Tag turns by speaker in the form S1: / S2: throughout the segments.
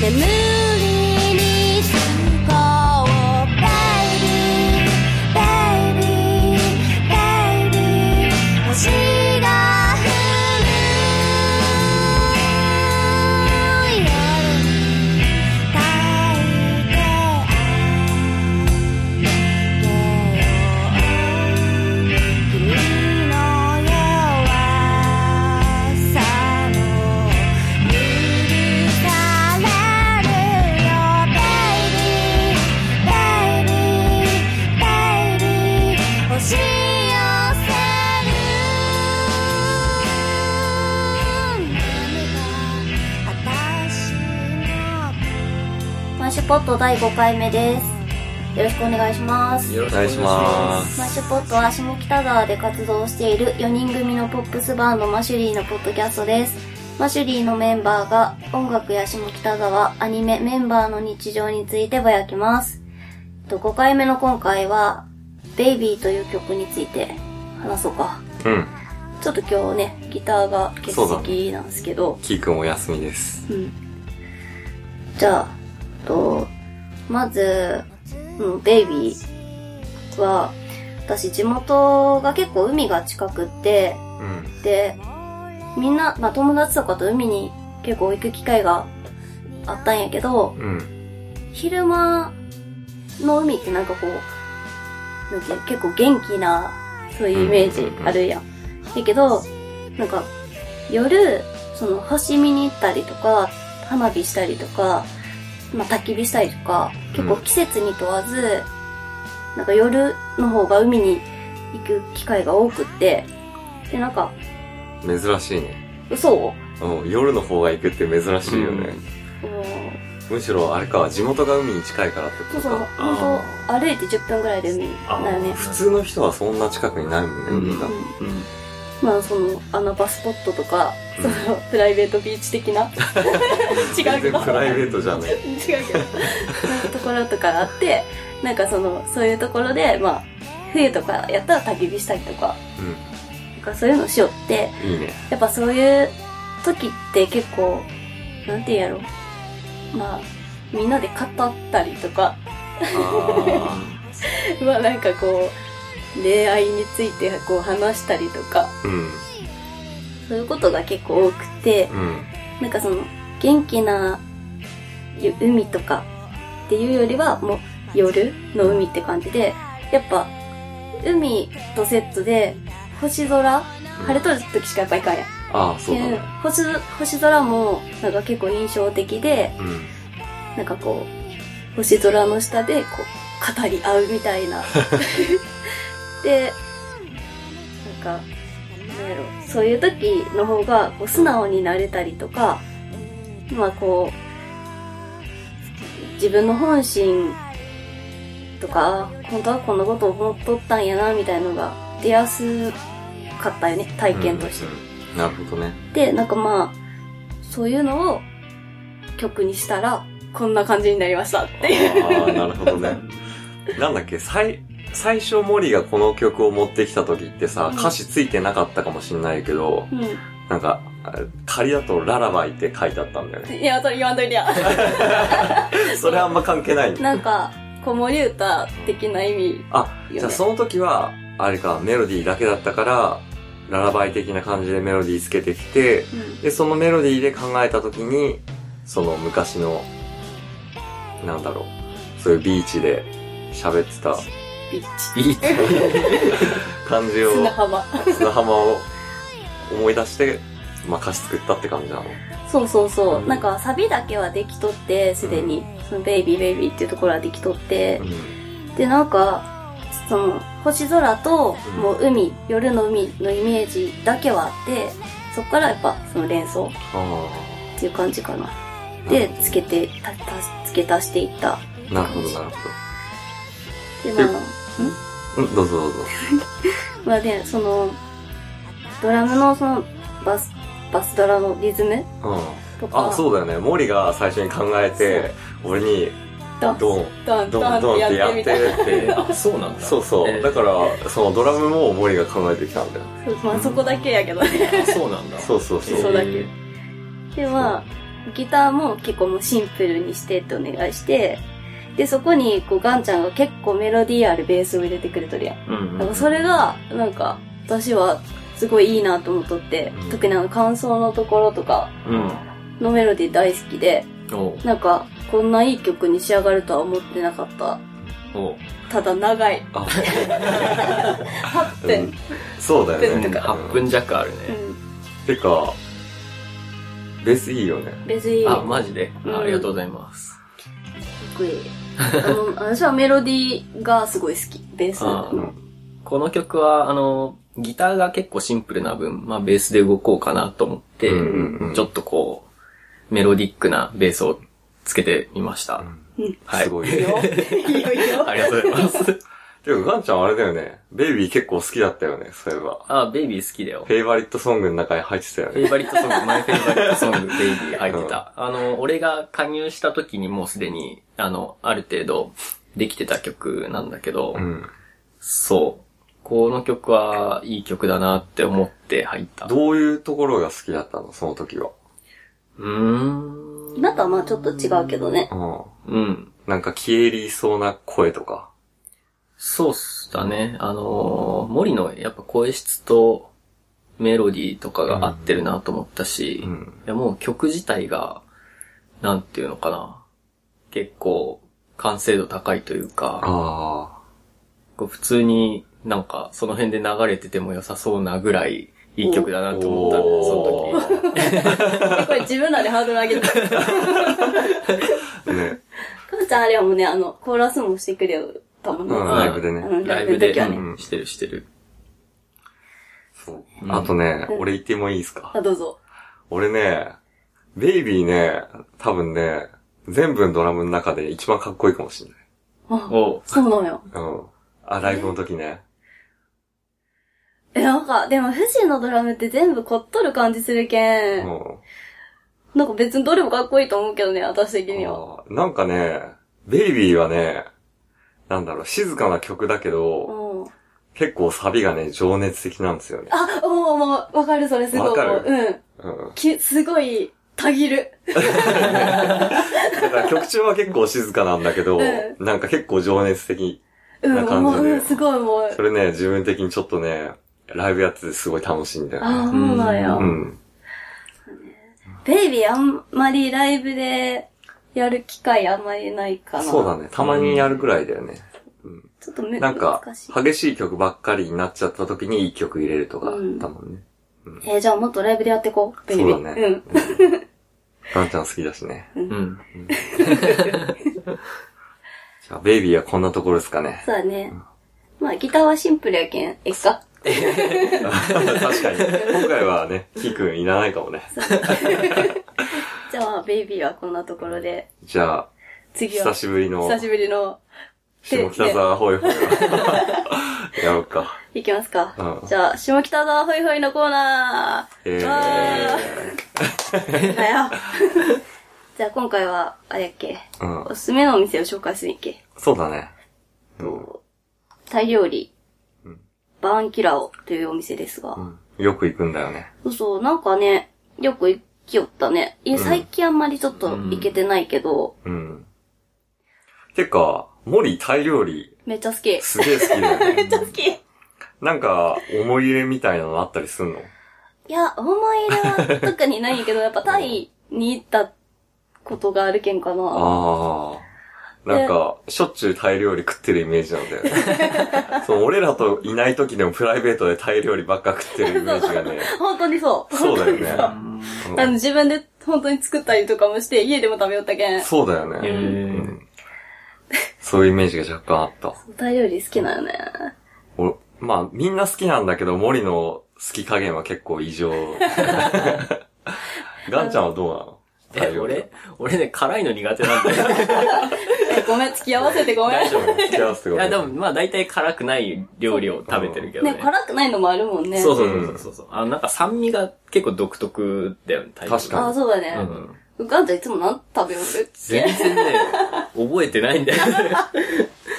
S1: 眠りにつこう Baby Baby Baby 星が降る夜抱いてあげよう君の弱さも許されるよ Baby Baby Baby 押し寄せる涙私の
S2: マッシュポット第5回目ですよろしくお願いします
S3: よろしくお願いします。
S2: マッシュポットは下北沢で活動している4人組のポップスバンドマシュリーのポッドキャストですマシュリーのメンバーが音楽や下北沢アニメメンバーの日常についてぼやきますえっと5回目の今回は「ベイビーという曲について話そうか
S3: うん。
S2: ちょっと今日ねギターが欠席なんですけど
S3: キーくんお休みです。
S2: うんじゃあ、えっと、まず、うん、ベイビーは、私地元が結構海が近くって、
S3: うん。
S2: で、みんな、まあ友達とかと海に結構行く機会があったんやけど、
S3: うん。
S2: 昼間の海ってなんかこう、なんていう結構元気な、そういうイメージあるやん。やけど、なんか、夜、その星見に行ったりとか、花火したりとか、まあ焚き火したりとか、結構季節に問わず、なんか夜の方が海に行く機会が多くって、で、なんか、
S3: 珍しいね。
S2: 嘘を、
S3: うん。夜の方が行くって珍しいよね。
S2: うん
S3: むしろ、あれか、地元が海に近いからって
S2: そ
S3: こ
S2: う
S3: と
S2: そ
S3: か。
S2: う、本当歩いて10分ぐらいで海
S3: あー
S2: だよね。
S3: 普通の人はそんな近くにないもんね、
S4: うん
S3: 海が。
S4: うん
S2: まあその穴場スポットとか、
S3: うん
S2: そのプライベートビーチ的 な違う
S3: 全
S2: けど
S3: 然プライベートじゃない。
S2: 違うけどなんかところとかあってなんかそのそういうところでまあ冬とかやったら焚き火したりとかなんかそういうのしよって
S3: うん。いいね。
S2: やっぱそういう時って結構なんて言うんやろまあみんなで語ったりとか
S3: あ
S2: まあなんかこう恋愛についてこう話したりとか
S3: ー。うん。
S2: そういうことが結構多くて
S3: うん。
S2: なんかその元気なゆ海とかっていうよりはもう夜の海って感じでやっぱ海とセットで星空晴れとる時しかやっぱ行かんやん
S3: ああ、そうだ
S2: で
S3: ね。
S2: 星星空もなんか結構印象的で
S3: うん。
S2: なんかこう星空の下でこう語り合うみたいなでなんかなんやろそういう時の方がこう素直になれたりとかまあこう自分の本心とかあ本当はこんなことを思っとったんやなみたいのが出やすかったよね体験として。
S3: うんなるほどね。
S2: でなんかまあそういうのを曲にしたらこんな感じになりましたっていう
S3: ああ、なるほどね。なんだっけ、最、最初森がこの曲を持ってきた時ってさ、
S2: うん
S3: 歌詞ついてなかったかもしんないけど、
S2: う
S3: なんか、あ仮だとララバイって書いてあったんだよ ね。
S2: んいやそれ言わんとい てや
S3: それあんま関係ないんだ。
S2: なんか子守歌的な意味
S3: あ、
S2: いいよね
S3: じゃあその時は、あれか、メロディーだけだったから、ララバイ的な感じでメロディーつけてきて、で、そのメロディーで考えた時に、その昔の、なんだろう、そういうビーチで喋ってた
S2: ビーチ
S4: いいって
S3: 感じを、
S2: 砂浜
S3: 砂浜を思い出して、まあ、歌詞作ったって感じなの。
S2: そうそうそう、
S3: うん
S2: なんかサビだけはできとってすでに、そのベイビーベイビーっていうところはできとって、でなんかその星空と
S3: うん
S2: もう海、夜の海のイメージだけはあってそっからやっぱその連想
S3: あ
S2: っていう感じかなでつけてたた付け足していった
S3: あ、なるほど、なるほ
S2: でまあ、
S3: ど。うん、どうぞどうぞ。
S2: まあねそのドラムのそのバスバスドラのリズム
S3: うん。
S2: とか
S3: あ、そうだよね。森が最初に考えて、俺に、
S2: ドン
S3: ドン、
S2: ドン
S3: ドン、ドンってやって
S2: みたい な
S3: って。
S4: あそうなんだ
S3: そうそ
S4: え
S3: う。だから、そのドラムも森が考えてきたんだよ。
S2: そうまあそこだけやけどね
S4: ーあそうなんだ
S3: そうそうそ
S2: そう
S3: う。
S2: だけでまあギターも結構もうシンプルにしてってお願いして、で、そこに、こう、ガンちゃんが結構メロディーあるベースを入れてくれとるやん。
S3: うん
S2: なんかそれが、なんか、私は、すごいいいなと思っとって、
S3: うん
S2: 特にあの、感想のところとか
S3: うん
S2: のメロディー大好きで、
S3: おう
S2: なんか、こんないい曲に仕上がるとは思ってなかった。
S3: おう
S2: ただ長い。
S3: あ
S2: 8
S3: う
S2: 分。
S3: んそうだよね
S2: とか
S4: 8分弱あるね。
S3: てかベースいいよね
S2: うん。別に、
S4: あ、マジで、
S2: うん
S4: ありがとうございます。
S2: 得意。あの、私はメロディーがすごい好き。ベース。
S4: あ
S3: う
S4: ー
S3: ん
S4: この曲は、あの、ギターが結構シンプルな分、まあベースで動こうかなと思って、
S3: うんうんうん
S4: ちょっとこう、メロディックなベースをつけてみました。
S2: うん
S4: はい。
S3: すごい
S2: いいよ。 いいよ、いいよ。
S4: ありがとうございます。
S3: てかガンちゃんあれだよねベイビー結構好きだったよねそういえば
S4: あ、ベイビー好きだよ
S3: フ。ェイバリットソングの中に入ってたよ
S4: フェイ
S3: ね
S4: バリットソング、マイフェイバリットソング、ベイビー入って た。あの、俺が加入した時にもうすでに、あの、ある程度できてた曲なんだけど、
S3: うん
S4: そう。この曲はいい曲だなって思って入った。
S3: どういうところが好きだったのその時は
S4: うーん。
S2: 今とはまあちょっと違うけどね。
S3: うん
S4: うん。
S3: なんか消えりそうな声とか
S4: そうっすだね。あのー森のやっぱ声質とメロディーとかが合ってるなと思ったし、
S3: うん
S4: いやもう曲自体が、なんていうのかな。結構、完成度高いというか、
S3: あ
S4: こう普通になんかその辺で流れてても良さそうなぐらいいい曲だ
S3: あ
S4: なと思ったね、その時。
S3: の
S2: これ自分らでハードル上げた。か
S3: 時ね
S2: おちゃんあれはもうね、あの、コーラスもしてくれたもんね。
S3: うん
S2: あ
S3: ライブでね
S2: の
S4: ラ
S2: ラ
S4: イ
S2: イ
S4: ブ
S2: ブ
S4: で
S2: の時はね。
S4: うんしてるしてる。
S3: そう
S4: うん
S3: あとね俺言ってもいいですか
S2: あ、どうぞ。
S3: 俺ね、ベイビーね、多分ね、全部のドラムの中で一番かっこいいかもしれない。
S2: あ、
S4: おう
S2: そうなのよ。
S3: うん。あ、ライブの時ね。
S2: え、なんか、でも、富士のドラムって全部こっとる感じするけ。
S3: うんん。
S2: なんか別にどれもかっこいいと思うけどね、私的には。
S3: あーなんかね、ベイビーはね、なんだろう、静かな曲だけ
S2: う
S3: ど、
S2: ん。
S3: 結構サビがね、情熱的なんですよね。
S2: あ、もう、もう、わかる、それすごい。
S3: わかる
S2: うん。
S3: うん。
S2: き、すごい、たぎる。
S3: だから曲中は結構静かなんだけど、
S2: う
S3: なんか結構情熱的。
S2: うん、
S3: な感
S2: も
S3: じ
S2: う、
S3: で
S2: うんすごい、もう
S3: そ。れね、自分的にちょっとね、ライブやっててすごい楽しいんだよ
S2: ああ、そ
S3: ね。
S2: うなんや。
S3: うん。
S2: ベイビーあんまりライブでやる機会あんまりないかな。
S3: そうだね。たまにやるくらいだよね。
S2: ちょっとめ
S3: なんか
S2: 難しい、。
S3: 激しい曲ばっかりになっちゃった時にいい曲入れるとかだったもんね。
S2: えーじゃあもっとライブでやってこう、ベイビー。
S3: そうだね
S2: ん。
S3: ガンちゃん好きだしね。
S4: うん。
S3: じゃあ、ベイビーはこんなところですか ね。
S2: そうだね。まあ、ギターはシンプルやけん、えっか
S3: 確かに。今回はね、キーくんいらないかもね。
S2: じゃあ、ベイビーはこんなところで、
S3: じゃあ、
S2: 次は、
S3: 久しぶりの
S2: 久しぶりの、
S3: 下北沢ホ イホイをやろうか。
S2: いきますか。
S3: うん
S2: じゃあ、下北沢ホイホイのコーナー
S3: え
S2: わ
S3: ー。
S2: ーだよ。 じゃあ、今回は、あれやっけ、
S3: うん
S2: お。すすめのお店を紹介するんやっけ。
S3: そうだね。うん
S2: タイ料理、バーンキラオというお店ですが、
S3: よく行くんだよね。
S2: そうそう、なんかね、よく行きよったね。いや、最近あんまりちょっと行けてないけど、
S3: うん。てか、森タイ料理、
S2: めっちゃ好き。
S3: すげえ好きだよね。
S2: め っちゃ好き。い
S3: なんか、思い入れみたいなのあったりすんの
S2: や、思い入れは特にないんやけど、やっぱタイに行ったことがあるけんかな。
S3: ああ。なんか、しょっちゅうタイ料理食ってるイメージなんだよね。 そう、俺らといない時でもプライベートでタイ料理ばっか食ってるイメージがね。
S2: 本当にそう。
S3: そうだよね
S2: 本当にそうあの、自分で本当に作ったりとかもして、家でも食べよったけん。
S3: そうだよね。うんそういうイメージが若干あった。
S2: タイ料理好きなよね。
S3: おまあ、みんな好きなんだけど、森の好き加減は結構異 常。ガンちゃんはどうなのタイ
S4: え、
S3: 料理
S4: 俺、俺ね、辛いの苦手な んだよ。
S2: えごめん、付き合わせてごめん。
S4: 大
S2: ね
S4: 丈夫。
S3: 付き合わせて
S4: い
S3: ごめ
S4: や、
S3: ん
S4: でも、まあ、大体辛くない料理を食べてるけどね。
S2: 辛くないのもあるもんね。
S4: そうそうそうそうそう。あの、なんか酸味が結構独特だよね、タイ料理
S3: 確か
S2: あ、そうだね。
S4: うん。
S2: ガンちゃんいつも何食べよるっけ
S4: 全然ね、覚えてないんだよね。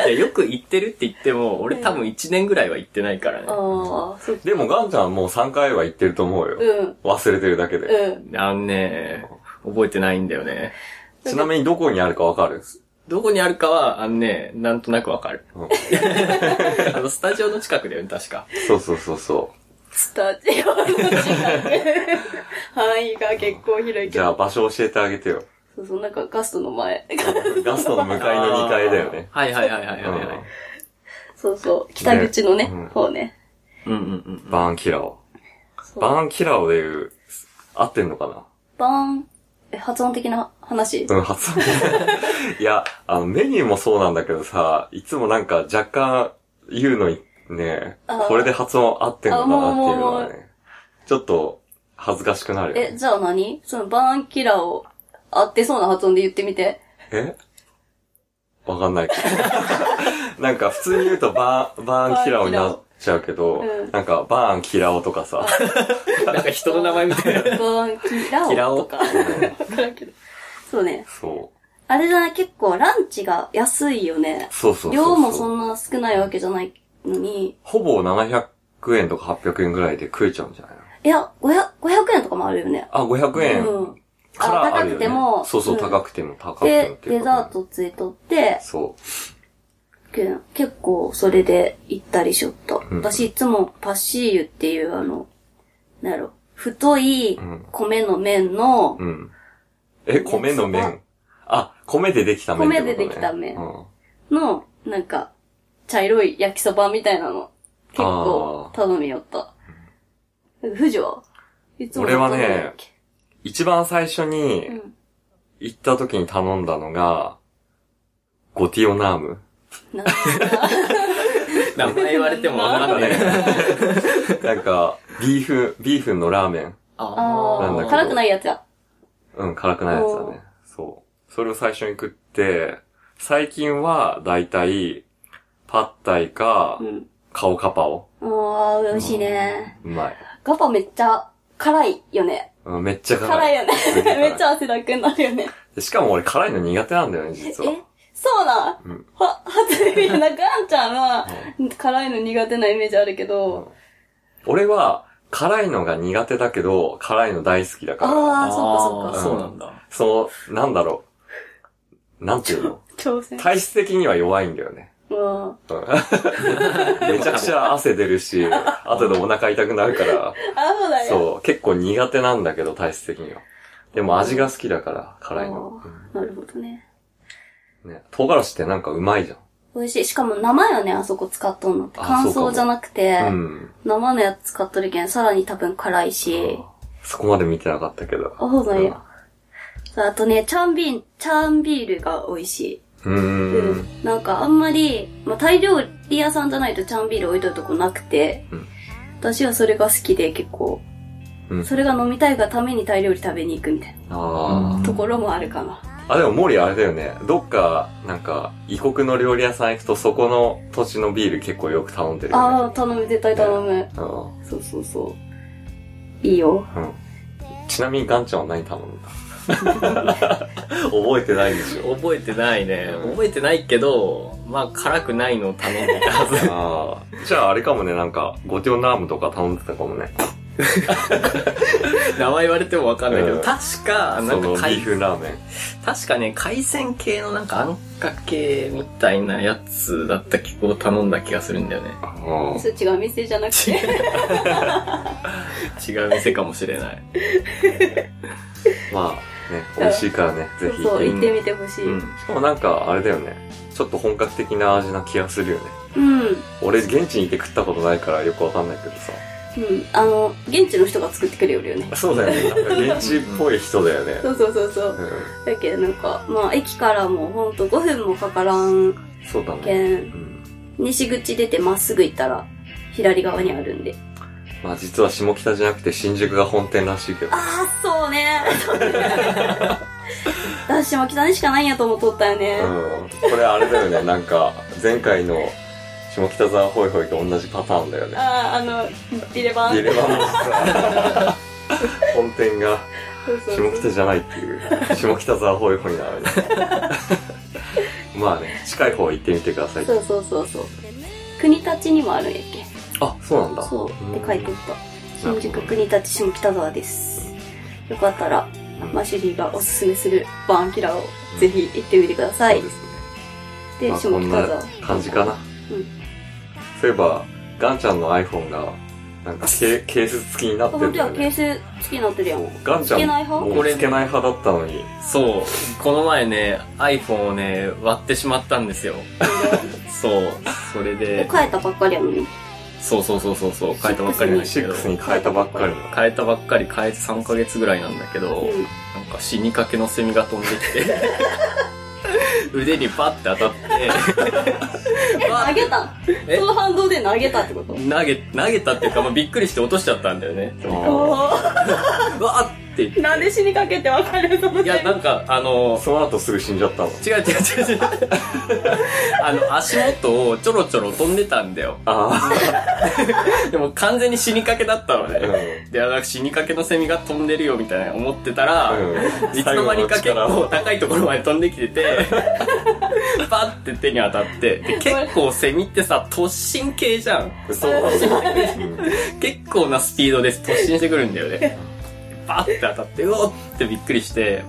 S4: いや、よく行ってるって言っても、俺多分1年ぐらいは行ってないからね。
S2: ああ、そう。
S3: でもガンちゃんはもう3回は行ってると思うよ。
S2: うん。
S3: 忘れてるだけで。
S2: うん。
S4: あのね、覚えてないんだよね。
S3: ちなみにどこにあるかわかる
S4: どこにあるかは、あのね、なんとなくわかる。
S3: うん
S4: あの、スタジオの近くだよね、確か。
S3: そうそうそうそ。
S2: スタジオの近く。範囲が結構広いうけ
S3: じゃあ
S2: ど。
S3: 場所教えてあげてよ。
S2: そうそう、なんかガストの前。
S3: ガストの向かいの2階だよね。
S4: あー。はいはいはいはいはい、は
S3: う
S4: い
S3: ん
S2: そうそう、北口のね、
S3: ねうん
S2: 方ね。
S4: うんうんうん。
S3: バーンキラオ。
S2: そう
S3: バーンキラオで言う、合ってんのかな
S2: バーン、え、発音的な話
S3: うん、発音。 いや、あの、メニューもそうなんだけどさ、いつもなんか若干言うのにね
S2: あー、
S3: これで発音合ってんのかなっていうの
S2: あもうもう
S3: は
S2: も
S3: ね、ちょっと恥ずかしくなるよ
S2: え、
S3: ね。
S2: じゃあ何そのバーンキラーを合ってそうな発音で言ってみて。
S3: えわかんないけ ど。なんか普通に言うとバーン、バーンキラオになっちゃうけど、
S2: うん
S3: なんかバーンキラオとかさ、
S4: なんか人の名前みたいな。
S2: バーンキラ
S4: キラ
S2: ー
S4: オ
S2: とか。わからんけど。そうね。
S3: そう。
S2: あれだね、結構ランチが安いよね。
S3: そうそうそうそ
S2: 量
S3: う。
S2: もそんな少ないわけじゃないのに。
S3: ほぼ700円とか800円ぐらいで食えちゃうんじゃないの
S2: いや、500, 500円とかもあるよね。
S3: あ、500円
S2: うん
S3: からあ
S2: あ
S3: る
S2: 高
S3: よ、ね
S2: くても
S3: そうそう、
S2: うん
S3: 高くても高くても
S2: で
S3: っ、てい
S2: デ
S3: うか
S2: ザートついとって、
S3: そ
S2: け結構それで行ったりしよった。
S3: うん
S2: 私いつもパッシーユっていうあの、なんやろ、太い
S3: うん
S2: 米の麺の
S3: う。うん。え、米の
S2: 焼きそ
S3: 麺。あ、米でできた麺ってこと、ね。
S2: 米でできた麺
S3: うん。
S2: の、なんか、茶色い焼きそばみたいなの、結構
S3: あー
S2: 頼みよった。富士はいつも
S3: 俺はね
S2: 頼むっけ
S3: 一番最初に
S2: うん。
S3: 行った時に頼んだのが、ゴティオナーム。
S2: なんか
S4: 名前言われても
S3: な
S4: なんん
S3: か
S4: か
S3: ね
S4: ね。、
S3: なんか、ビーフ、ビーフンのラーメン。 な
S2: あ
S3: ん
S2: あ、
S3: だけど
S2: 辛くないやつや。
S3: うん、辛くないやつだ
S2: おー
S3: ね。そう。それを最初に食って、最近はだいたい、パッタイか
S2: う、ん。
S3: カオカパオ。
S2: ああ、美味しいね。
S3: うまい。
S2: ガパめっちゃ辛いよね。
S3: うん、めっちゃ辛い。
S2: 辛いよね
S3: すげえ。辛い
S2: めっちゃ汗だくになるよね。
S3: でしかも俺辛いの苦手なんだよね、
S2: え
S3: 実は。、
S2: そうな
S3: うん
S2: んは、初耳な、ガンちゃんは、辛いの苦手なイメージあるけ
S3: うん
S2: ど、
S3: 俺は、辛いのが苦手だけど、辛いの大好きだから、
S2: ああ、そうかそう
S4: ー
S2: か。
S4: そうなんだ。
S3: その、なんだろう。なんてい うの
S2: 挑戦。
S3: 体質的には弱いんだよね。
S2: うん。
S3: うんめちゃくちゃ汗出るし、後でお腹痛くなるから、
S2: あ、そうだよ。
S3: そう、結構苦手なんだけど、体質的には。でも味が好きだから、辛いの
S2: あ。ーなるほどね。
S3: うんね、唐辛子ってなんかうまいじ
S2: 美味しい。しかも生よね、あそこ使っとんのって。
S3: あ
S2: 乾
S3: そうかも
S2: 燥じゃなくて、
S3: ゃん。うん。
S2: 生のやつ使っとるけん、さらに多分辛いし。
S3: そこまで見てなかったけど。
S2: あ、そうなんや。さああとね、チャンビン、チャンビールが美味しい。
S3: うん。うーん。
S2: なんかあんまり、まあ、タイ料理屋さんじゃないとチャンビール置いとるとこなくて、
S3: うん
S2: 私はそれが好きで結構、
S3: うん
S2: それが飲みたいがためにタイ料理食べに行くみたい
S3: あ
S2: なところもあるかな。
S3: あ。あ、でも森あれだよね。どっか、なんか、異国の料理屋さん行くとそこの土地のビール結構よく頼んでるよ
S2: あ
S3: ね。
S2: あ、頼む、絶対頼む。
S3: ああ。
S2: そうそうそう。いいよ。
S3: うん。ちなみにガンちゃんは何頼んだ覚えてないでしょ。
S4: 覚えてないね。覚えてないけど、まあ辛くないのを頼んでい たはず。
S3: ああ。じゃああれかもね、なんか、ゴテオナームとか頼んでたかもね。
S4: 名前言われてもわかんないけ
S3: う
S4: ど、
S3: ん
S4: 確か、
S3: そ
S4: な
S3: の
S4: ん
S3: ビ
S4: か海
S3: ーフンラーメン。
S4: 確かね、海鮮系のなんかあんかけみたいなやつだった気を頼んだ気がするんだよね。
S3: ああ
S2: それ違う店じゃなくて。
S4: 違う店かもしれない。
S3: まあ、ね、美味しいからね、
S2: そ
S3: ぜ
S2: う
S3: ひ。
S2: そう、行ってみてほしい。
S3: う
S2: うんん。。
S3: しかもなんか、あれだよね。ちょっと本格的な味な気がするよね。
S2: うん。
S3: 俺、現地にいて食ったことないからよくわかんないけどさ。
S2: あの、現地の人が作ってくれるよね。
S3: そうだよね。 なんか現地っぽい人だよね。
S2: そうそうそうそう。
S3: う
S2: だけどなんか、まあ、駅からもうほんと5分もかからん
S3: ん。そうだね。
S2: け、
S3: うんん。
S2: 西口出てまっすぐ行ったら、左側にあるんで。
S3: まあ実は下北じゃなくて新宿が本店らしいけど。
S2: ああ、そうね。 私も北にしかないんやと思っとったよね。
S3: うん。これあれだよね。なんか、前回の下北沢ホイホイと同じパターンだよね。
S2: ああ、あの、ビレバン。
S3: 入れ歯のさ、本店が
S2: そうそうそう
S3: 下北じゃないっていう。下北沢ホイホイ なのに。まあね、近い方行ってみてください。
S2: そうそうそうそう。国立にもあるんやっけ。
S3: あ、そうなんだ。
S2: そう。って書いておった。
S3: なるほど
S2: 新宿国立下北沢です。よかったら、
S3: うん
S2: マシュリーがおすすめするバーンキラーをぜひ行ってみてください。
S3: そうです
S2: で、
S3: ね。まあ
S2: 下北沢。
S3: こんな感じかな。
S2: うん
S3: そういえば、ガンちゃんの iPhone が、なんかケケース付きにな
S2: あ
S3: って
S2: 本
S3: る
S2: 当はケー
S3: ス
S2: ス付きになってるやん。
S3: ガンちゃ
S2: つけない
S3: ん、
S2: 派
S3: もうつけない派だったのに、
S4: そう。この前ね、iPhone をね、割ってしまったんです よ。そう。それ
S2: で
S4: で、
S2: 変えたばっかりやのに。そう
S4: そうそうそうそうそう、変えたばっかりなんだけど。
S3: 6に変えたばっかりの。
S4: 変えたばっかり、変えて3ヶ月ぐらいなんだけど、
S2: うん
S4: なんか死にかけのセミが飛んでき て、腕にパッて当たって、
S2: え、投げたん
S4: え
S2: その反動で投げたってこと
S4: 投げ、投げたっていうか、まあ、びっくりして落としちゃったんだよね。
S3: あ
S4: うわーって言って。
S2: なんで死にかけてわかるその
S4: いや、なんか、あの
S3: ー、その後すぐ死んじゃったの。
S4: 違う違う違う違う。 あの、足元をちょろちょろ飛んでたんだよ。
S3: あ
S4: でも完全に死にかけだったの
S3: あ、う
S4: ね。
S3: ん。
S4: で、なんか死にかけのセミが飛んでるよみたいな思ってたら、
S3: うん
S4: いつの間にか結
S3: 最後の
S4: 構
S3: 力
S4: 高いところまで飛んできてて、 パッて手に当たって、で結構セミってさ、突進系じゃん。
S3: 嘘だね。
S4: 結構なスピードで突進してくるんだよね。パッて当たって、うおっってびっくりして、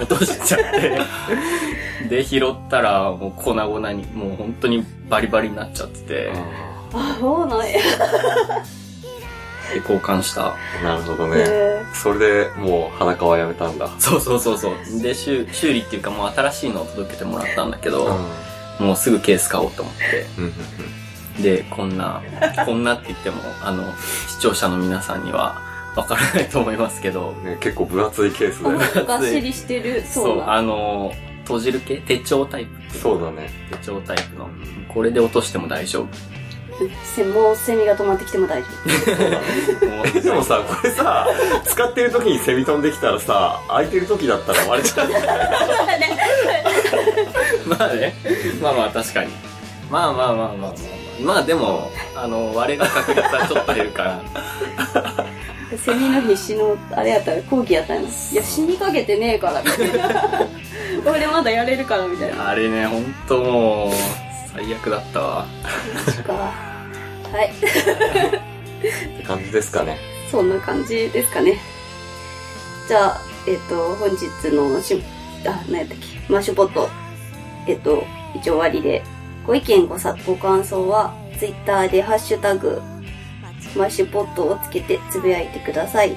S4: 落としちゃって。で、拾ったら、もう粉々に、もう本当にバリバリになっちゃってて、
S3: あ
S2: あ、そうなんや。
S4: で、交換した。
S3: ーなるほどね。 それでもう裸はやめたんだ。
S4: そうそうそうそう。で、修修理っていうかもう新しいのを届けてもらったんだけ
S3: う
S4: ど、もうすぐケース買おうと思っ
S3: うんうん
S4: て。で、こんな、こんなって言っても、あの、視聴者の皆さんにはわからないと思いますけど
S3: う、んね結構分厚いケースだよね。
S2: がっしりしてる。そうなん。
S4: あの、閉じる系手帳タイプ。
S3: そうだね。
S4: 手帳タイプの。これで落としても大丈夫。
S2: せもうセミが止まってきても大丈
S4: も
S3: えでも
S4: う
S3: さ、これさ、使ってる時にセミ飛んできたらさ、空いてる時だったら割れちゃう。
S4: まあね。まあまあ確かに。まあまあまあまあまあまあ。まあでも、あの、割れる確率はちょっと減る から。
S2: 夫。セミの必死の、あれやったら、講義やったんやいや、死にかけてねえから、みたい な。俺まだやれるから、みたいな。
S4: あれね、ほんともう、最悪だったわ。
S2: そっか。はい。
S3: って感じですかね。
S2: そんな感じですかね。じゃあ、えっ、と、本日のし、あ、何やったっけ、マッシュポット、えっ、と、一応終わりで、ご意見ごさ、ご感想は、ツイッターでハッシュタグ、マッシュポットをつけてつぶやいてください。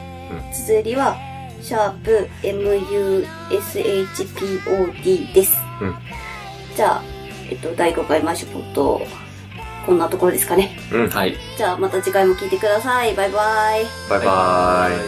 S2: 綴りは、シャープ mushpod です。
S3: うん
S2: じゃあ、えっ、と、第5回マッシュポット、こんなところですかね。
S3: うん。
S4: はい。
S2: じゃあ、また次回も聞いてください。バイバイ。
S3: バイバーイ。
S4: イ。